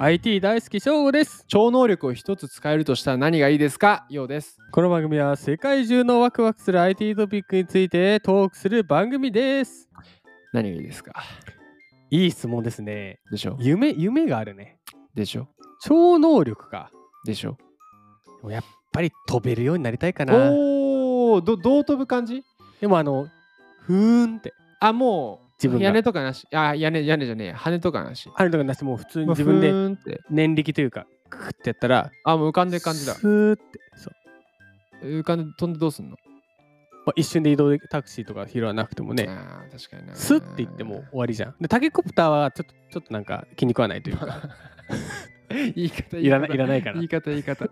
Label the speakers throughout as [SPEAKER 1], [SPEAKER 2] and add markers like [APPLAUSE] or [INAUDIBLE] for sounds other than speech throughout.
[SPEAKER 1] IT 大好き翔吾です
[SPEAKER 2] 超能力を一つ使えるとしたら何がいいですかようです
[SPEAKER 1] この番組は世界中のワクワクする IT トピックについてトークする番組です
[SPEAKER 2] 何がいいですか
[SPEAKER 1] いい質問ですね
[SPEAKER 2] でしょ
[SPEAKER 1] 夢夢があるね
[SPEAKER 2] でしょ
[SPEAKER 1] 超能力か
[SPEAKER 2] でしょ
[SPEAKER 1] でもやっぱり飛べるようになりたいかな
[SPEAKER 2] おおどどう飛ぶ感じ
[SPEAKER 1] でもあのふーんって
[SPEAKER 2] あもう
[SPEAKER 1] 自分が
[SPEAKER 2] 屋根とかなしあ屋根屋根じゃねえ羽とかなし
[SPEAKER 1] あるとかなしもう普通に
[SPEAKER 2] もう
[SPEAKER 1] 自分で
[SPEAKER 2] ふーんって
[SPEAKER 1] 念力というかクッてやったら
[SPEAKER 2] あもう浮かんでる感じだ
[SPEAKER 1] スーってそう、
[SPEAKER 2] 浮かんで飛んでどうすんの
[SPEAKER 1] まあ、一瞬で移動できタクシーとか拾わなくてもね
[SPEAKER 2] あー確かにな
[SPEAKER 1] スッて言っても終わりじゃん。で、タケコプターはちょっとちょっとなんか気に食わないという [LAUGHS] か、
[SPEAKER 2] 言い方
[SPEAKER 1] いらないいらないから
[SPEAKER 2] 言い方言い方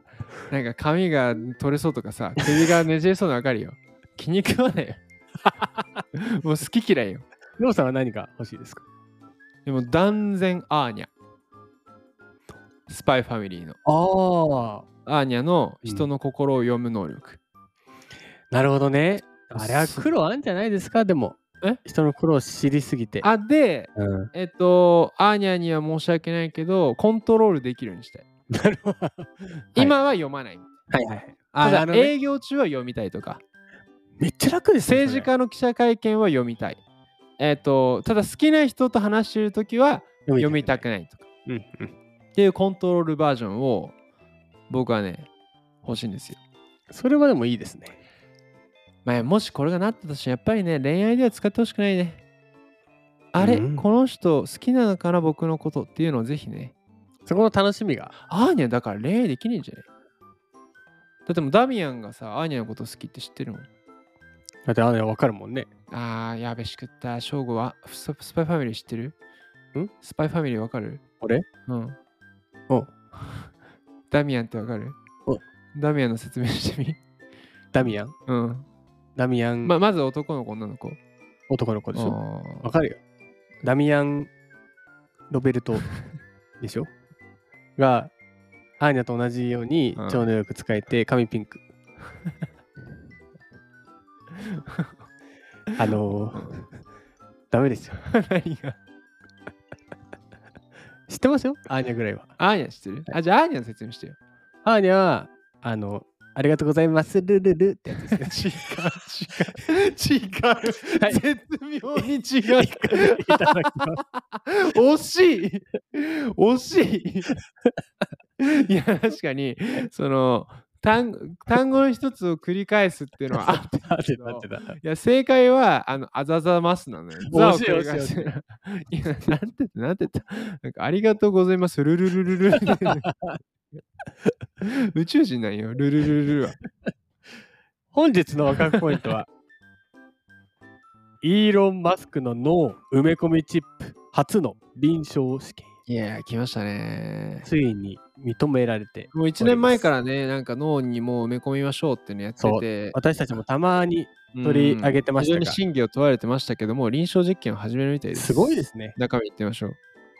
[SPEAKER 2] なんか髪が取れそうとかさ首がねじれそうなの分かるよ気に食わ
[SPEAKER 1] [LAUGHS]
[SPEAKER 2] ないよもう好き嫌いよ
[SPEAKER 1] ノーさんは何が欲しいですか
[SPEAKER 2] でも断然アーニャスパイファミリーの
[SPEAKER 1] ああ、
[SPEAKER 2] アーニャの人の心を読む能力、
[SPEAKER 1] なるほどね。あれは苦労あんじゃないですか、でも。
[SPEAKER 2] え
[SPEAKER 1] 人の苦労を知りすぎて。
[SPEAKER 2] あで
[SPEAKER 1] うん、
[SPEAKER 2] えっとアーニャには申し訳ないけどコントロールできるようにしたい、
[SPEAKER 1] なるほど。は
[SPEAKER 2] 今は読まない
[SPEAKER 1] いはいはい。あな
[SPEAKER 2] た
[SPEAKER 1] る
[SPEAKER 2] だ
[SPEAKER 1] ほどね
[SPEAKER 2] 営業中は読みたいとか
[SPEAKER 1] めっちゃ楽ですね。
[SPEAKER 2] 政治家の記者会見は読みたい。えっ、と、ただ好きな人と話してるときは
[SPEAKER 1] それ
[SPEAKER 2] 読みたくないとか
[SPEAKER 1] うんうん。
[SPEAKER 2] っていうコントロールバージョンを僕はね、欲しいんですよ。
[SPEAKER 1] それはでもいいですね。
[SPEAKER 2] まあ、もしこれがなったとしてやっぱりね、恋愛では使ってほしくないね。あれ、
[SPEAKER 1] うん
[SPEAKER 2] この人好きなのかな僕のことっていうのをぜひね。
[SPEAKER 1] そこの楽しみが。
[SPEAKER 2] アーニャだから恋愛できねえんじゃねだってもうダミアンがさ、アーニャのこと好きって知ってるもん。
[SPEAKER 1] だってあれわかるもんね。
[SPEAKER 2] あー、やべしくった。ショーゴはススパイファミリー知ってる
[SPEAKER 1] ん
[SPEAKER 2] スパイファミリーわかる
[SPEAKER 1] 俺
[SPEAKER 2] うん。
[SPEAKER 1] お
[SPEAKER 2] ダミアンってわかる
[SPEAKER 1] お
[SPEAKER 2] ダミアンの説明してみ。 [LAUGHS]
[SPEAKER 1] ダミアン。
[SPEAKER 2] うん。
[SPEAKER 1] ダミアン、
[SPEAKER 2] ままず男の子、女の子。
[SPEAKER 1] 男の子でしょ。
[SPEAKER 2] あ
[SPEAKER 1] わ
[SPEAKER 2] ー
[SPEAKER 1] かるよ。ダミアン・ロベルトでしょが、アーニャと同じように
[SPEAKER 2] うん
[SPEAKER 1] 超能力使えて、髪ピンク。あのー、ダメですよ。
[SPEAKER 2] 何が
[SPEAKER 1] 知ってますよアーニャぐらいは。
[SPEAKER 2] アーニャ知ってるあ、じゃあアーニャの説明してよ。
[SPEAKER 1] アーニャは、あの、ありがとうございます、ルルルってやつですよ。
[SPEAKER 2] 違う。違う。
[SPEAKER 1] [LAUGHS] はい
[SPEAKER 2] 絶妙に違う。
[SPEAKER 1] いただきます。
[SPEAKER 2] [LAUGHS] 惜しい惜しいいや確かにその単単語の一つを繰り返すっていうのはあってる
[SPEAKER 1] あっ
[SPEAKER 2] け
[SPEAKER 1] て
[SPEAKER 2] ど
[SPEAKER 1] た合ってた。
[SPEAKER 2] いや正解はあのあざざますなのよ。ざを
[SPEAKER 1] 惜しい
[SPEAKER 2] 繰り返す
[SPEAKER 1] 惜しい
[SPEAKER 2] いやなんてなんて言ったなんかありがとうございますルルルルルル宇宙人なんよルルルルルは。
[SPEAKER 1] 本日のワクワクポイントはイーロン・マスクの脳埋め込みチップ初の臨床試験
[SPEAKER 2] いや来ましたね。
[SPEAKER 1] ついに認められて
[SPEAKER 2] もう1年前からねなんか脳にもう埋め込みましょうっていうのやって
[SPEAKER 1] そう
[SPEAKER 2] て。
[SPEAKER 1] 私たちもたまに取り上げてました
[SPEAKER 2] うん
[SPEAKER 1] が
[SPEAKER 2] 非常に真偽を問われてましたけども、臨床実験を始めるみたいです。
[SPEAKER 1] すごいですね
[SPEAKER 2] 中身いってみましょう。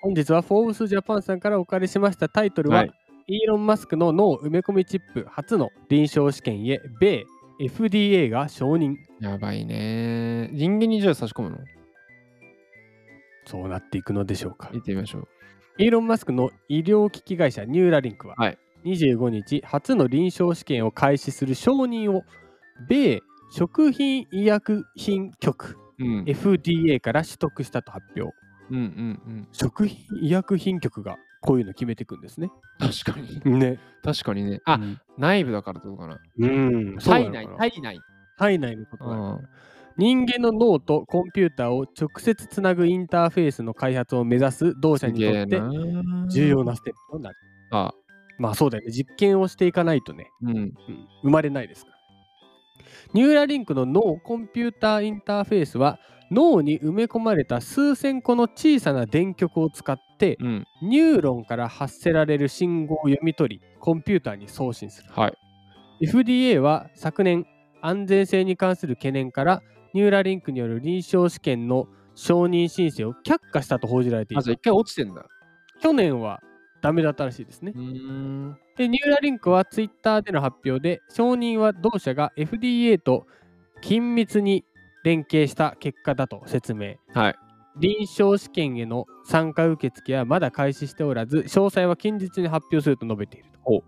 [SPEAKER 1] 本日は「フォーブスジャパン」さんからお借りしましたタイトルは、
[SPEAKER 2] はい
[SPEAKER 1] イーロン・マスクの脳埋め込みチップ初の臨床試験へ米 FDA が承認
[SPEAKER 2] やばいね。人間にじゃあ差し込むの
[SPEAKER 1] そうなっていくのでしょうか
[SPEAKER 2] 行ってみましょう。
[SPEAKER 1] イーロン・マスクの医療機器会社ニューラリンクは、
[SPEAKER 2] はい
[SPEAKER 1] 25日初の臨床試験を開始する承認を米食品医薬品局
[SPEAKER 2] うん。
[SPEAKER 1] FDA から取得したと発表
[SPEAKER 2] うんうん
[SPEAKER 1] 食品医薬品局がこういうの決めていくんですね
[SPEAKER 2] うん。確かに。
[SPEAKER 1] ね
[SPEAKER 2] 確かにね。あ、内部だからってことかな。
[SPEAKER 1] うん
[SPEAKER 2] 体内、
[SPEAKER 1] 体
[SPEAKER 2] 体内。
[SPEAKER 1] 体内のこと
[SPEAKER 2] う
[SPEAKER 1] だ
[SPEAKER 2] ん。
[SPEAKER 1] 人間の脳とコンピューターを直接つなぐインターフェースの開発を目指す同社
[SPEAKER 2] す
[SPEAKER 1] に
[SPEAKER 2] げ
[SPEAKER 1] と
[SPEAKER 2] え
[SPEAKER 1] って
[SPEAKER 2] な。
[SPEAKER 1] 重要なステップとなる
[SPEAKER 2] あ、
[SPEAKER 1] まあそうだよね実験をしていかないとね
[SPEAKER 2] うん。
[SPEAKER 1] うん生まれないですから。ニューラリンクの脳コンピューターインターフェースは脳に埋め込まれた数千個の小さな電極を使って
[SPEAKER 2] うん。
[SPEAKER 1] ニューロンから発せられる信号を読み取りコンピューターに送信する。
[SPEAKER 2] はい。
[SPEAKER 1] FDA は昨年安全性に関する懸念からニューラリンクによる臨床試験の承認申請を却下したと報じられてい
[SPEAKER 2] あ、
[SPEAKER 1] ま
[SPEAKER 2] じゃあ
[SPEAKER 1] す
[SPEAKER 2] 一。回落ちてんだ。
[SPEAKER 1] 去年はダメだったらしいですね。
[SPEAKER 2] ん。
[SPEAKER 1] で、ニューラリンクはツイッターでの発表で、承認は同社が FDA と緊密に連携した結果だと説明。
[SPEAKER 2] はい。
[SPEAKER 1] 臨床試験への参加受付はまだ開始しておらず、詳細は近日に発表すると述べていると。
[SPEAKER 2] ほう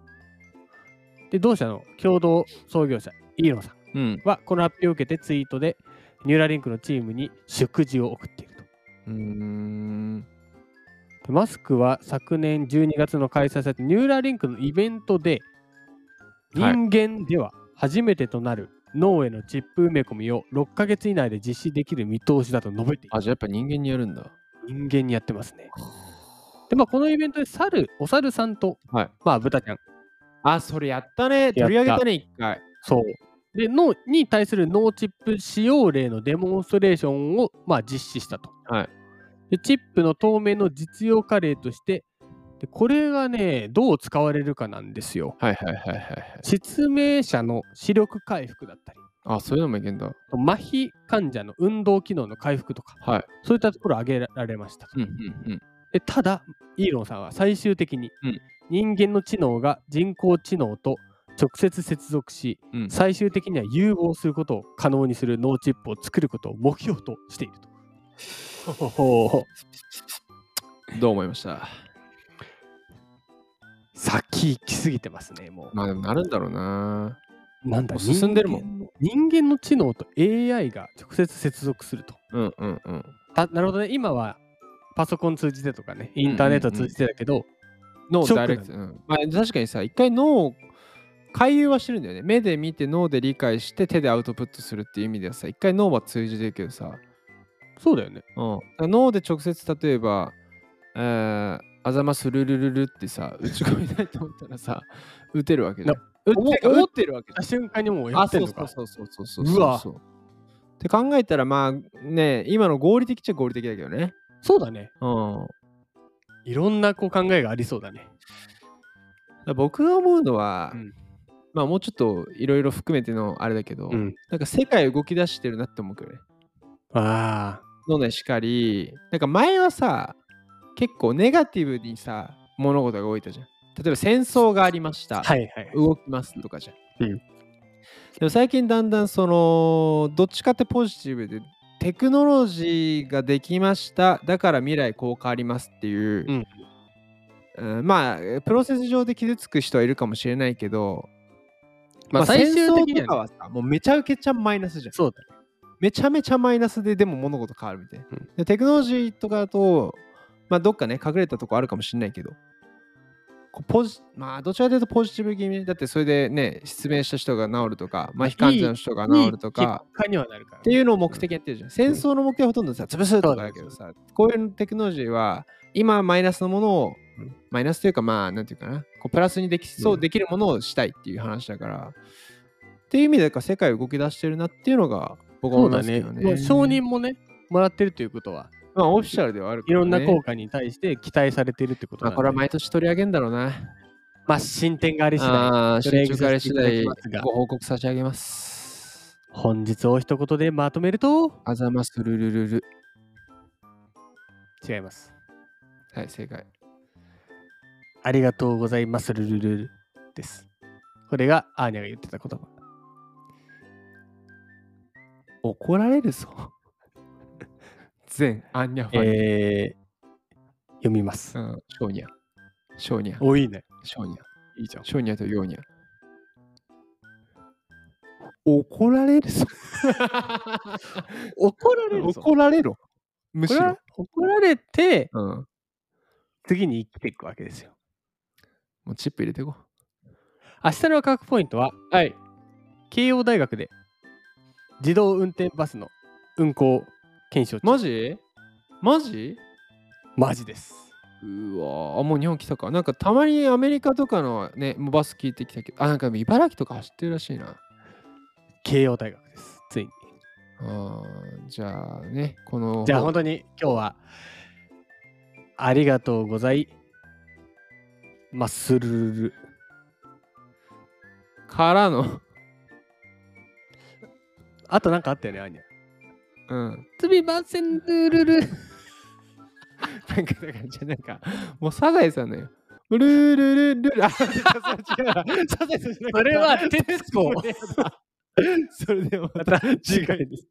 [SPEAKER 1] で、同社の共同創業者、イーロンさん
[SPEAKER 2] うん。
[SPEAKER 1] は、この発表を受けてツイートで、ニューラリンクのチームに祝辞を送っていると。
[SPEAKER 2] うーん。
[SPEAKER 1] でマスクは昨年12月の開催されたニューラリンクのイベントで、
[SPEAKER 2] はい
[SPEAKER 1] 人間では初めてとなる脳へのチップ埋め込みを6ヶ月以内で実施できる見通しだと述べている
[SPEAKER 2] あ、じゃあやっぱ人間にやるんだ。
[SPEAKER 1] 人間にやってますね。で、まあ、このイベントで猿、お猿さんと、
[SPEAKER 2] はい。
[SPEAKER 1] まあ、豚ちゃん、
[SPEAKER 2] あ、それやったね。
[SPEAKER 1] た
[SPEAKER 2] 取り上げたね、一回。
[SPEAKER 1] そう。で、脳に対する脳チップ使用例のデモンストレーションを、まあ、実施したと。
[SPEAKER 2] はい
[SPEAKER 1] で、チップの透明の実用化例として、でこれがね、どう使われるかなんですよ。
[SPEAKER 2] はいはいはいはいはい。
[SPEAKER 1] 失明者の視力回復だったり、
[SPEAKER 2] あ、そういうのもいけんだ。
[SPEAKER 1] 麻痺患者の運動機能の回復とか、
[SPEAKER 2] はい。
[SPEAKER 1] そういったところを挙げられましたと。
[SPEAKER 2] うんうんうん。
[SPEAKER 1] でただイーロンさんは最終的に
[SPEAKER 2] うん
[SPEAKER 1] 人間の知能が人工知能と直接接続し、
[SPEAKER 2] うん
[SPEAKER 1] 最終的には融合することを可能にする脳チップを作ることを目標としていると。
[SPEAKER 2] どう思いました
[SPEAKER 1] 先行きすぎてますね、も
[SPEAKER 2] まあでもなるんだろうな。
[SPEAKER 1] う。なんだ
[SPEAKER 2] もう進んでるもん
[SPEAKER 1] ん。人間の知能と AI が直接接続すると。
[SPEAKER 2] うんうんうん。
[SPEAKER 1] たなるほどね、今はパソコン通じてとかね、インターネット通じてだけど、
[SPEAKER 2] 脳
[SPEAKER 1] ショック
[SPEAKER 2] ダイレクト。うんまあ、確かにさ、一回脳を回遊はしてるんだよね。目で見て脳で理解して手でアウトプットするっていう意味ではさ、一回脳は通じてるけどさ、
[SPEAKER 1] そうだよね。
[SPEAKER 2] うん、脳で直接例えば、えー、あざまするるるるってさ、打ち込みたいと思ったらさ、打てるわけじゃん。打
[SPEAKER 1] 思
[SPEAKER 2] ってか
[SPEAKER 1] 思
[SPEAKER 2] 打
[SPEAKER 1] っ
[SPEAKER 2] ってるわけじゃん。
[SPEAKER 1] 瞬間にもうやってんのか。
[SPEAKER 2] あそうそうそうそうそうそう
[SPEAKER 1] うわ
[SPEAKER 2] そうって考えたらまあね今の合理的っちゃ合理的だけどね
[SPEAKER 1] そうだね。
[SPEAKER 2] うん
[SPEAKER 1] いろんなこう考えがありそうだね。
[SPEAKER 2] だから僕が思うのは、
[SPEAKER 1] うん
[SPEAKER 2] まあもうちょっといろいろ含めてのあれだけど、
[SPEAKER 1] うん。
[SPEAKER 2] なんか世界動き出してるなって思うけどね
[SPEAKER 1] ああ。
[SPEAKER 2] 脳内しかりなんか前はさ結構ネガティブにさ物事が動いたじゃん例えば戦争がありました、
[SPEAKER 1] はいはい。
[SPEAKER 2] 動きますとかじゃん、
[SPEAKER 1] うん
[SPEAKER 2] でも最近だんだんそのどっちかってポジティブでテクノロジーができましただから未来こう変わりますっていう、
[SPEAKER 1] うん
[SPEAKER 2] うんまあプロセス上で傷つく人はいるかもしれないけど、
[SPEAKER 1] まあ最終的に
[SPEAKER 2] 戦争とか
[SPEAKER 1] はね
[SPEAKER 2] はさもうめちゃくちゃマイナスじゃん
[SPEAKER 1] そうだね。
[SPEAKER 2] めちゃめちゃマイナスででも物事変わるみたいな、
[SPEAKER 1] うん
[SPEAKER 2] でテクノロジーとかだと、まあ、どっかね隠れたとこあるかもしれないけどこうポジまあどちらかというとポジティブ気味だってそれでね失明した人が治るとか麻痺患者の人が治ると
[SPEAKER 1] いい
[SPEAKER 2] か
[SPEAKER 1] 結果にはなるから
[SPEAKER 2] っ。ていうのを目的やってるじゃん、戦争の目的はほとんどさ潰すとかだけどさこういうテクノロジーは今マイナスのものを
[SPEAKER 1] うん
[SPEAKER 2] マイナスというかまあなんていうかなこうプラスにできそう、
[SPEAKER 1] うん
[SPEAKER 2] できるものをしたいっていう話だからっていう意味でなんか世界動き出してるなっていうのが僕は
[SPEAKER 1] そう
[SPEAKER 2] 思いま
[SPEAKER 1] だ
[SPEAKER 2] す
[SPEAKER 1] ね。
[SPEAKER 2] けどね
[SPEAKER 1] もう承認もね、もらってるということは、
[SPEAKER 2] まあオフィシャルではある
[SPEAKER 1] い
[SPEAKER 2] から、
[SPEAKER 1] ろ
[SPEAKER 2] ね、
[SPEAKER 1] んな効果に対して期待されてるってこと
[SPEAKER 2] ま
[SPEAKER 1] なん
[SPEAKER 2] あ
[SPEAKER 1] で
[SPEAKER 2] これは毎年取り上げんだろうな
[SPEAKER 1] まあ進展があり次第、
[SPEAKER 2] ああ
[SPEAKER 1] 取り
[SPEAKER 2] 進
[SPEAKER 1] 上げ
[SPEAKER 2] 捗があれ
[SPEAKER 1] させ
[SPEAKER 2] 次
[SPEAKER 1] ていただ
[SPEAKER 2] 第
[SPEAKER 1] きますが
[SPEAKER 2] ご報告差し上げます
[SPEAKER 1] 本日を一言でまとめると、
[SPEAKER 2] あざまするるるる
[SPEAKER 1] 違います。
[SPEAKER 2] はい正解
[SPEAKER 1] ありがとうございます、ルルルルです。これがアーニャが言ってた言葉。
[SPEAKER 2] 怒られるぞ全アンニャファンに
[SPEAKER 1] えー、読みます。
[SPEAKER 2] うん、ショーニャ。ショーニャ。
[SPEAKER 1] お、いいね。
[SPEAKER 2] ショーニャ。
[SPEAKER 1] いいじゃん。
[SPEAKER 2] ショーニャとヨーニャ。怒られるぞ。
[SPEAKER 1] 怒られるぞ。
[SPEAKER 2] 怒られろ。む
[SPEAKER 1] こ
[SPEAKER 2] し
[SPEAKER 1] れ
[SPEAKER 2] ろ
[SPEAKER 1] は。怒られて、
[SPEAKER 2] うん。も
[SPEAKER 1] 次に生きていくわけですよ。
[SPEAKER 2] うチップ入れてこ。
[SPEAKER 1] 明日の科学ポイントは、
[SPEAKER 2] はい。
[SPEAKER 1] 慶応大学で自動運転バスの運行検証中
[SPEAKER 2] マジマジ
[SPEAKER 1] マジです。
[SPEAKER 2] うわあもう日本来たか。なんかたまにアメリカとかのね、もうバス聞いてきたけど、あ、なんか茨城とか走ってるらしいな。
[SPEAKER 1] 慶応大学です。ついに。
[SPEAKER 2] あーじゃあね、この。
[SPEAKER 1] じゃあ本当に今日はありがとうございまするるる。
[SPEAKER 2] からの。
[SPEAKER 1] あとなんかあったよね、アーニャ。
[SPEAKER 2] うん。
[SPEAKER 1] すみません、るるる。
[SPEAKER 2] なんか、だから、じゃあなんか、もうサザエさんだよ。ルールルルル、あ、それ違うな。サザエさんじゃなかった
[SPEAKER 1] それは、テスコ。
[SPEAKER 2] それではまた
[SPEAKER 1] 次回です。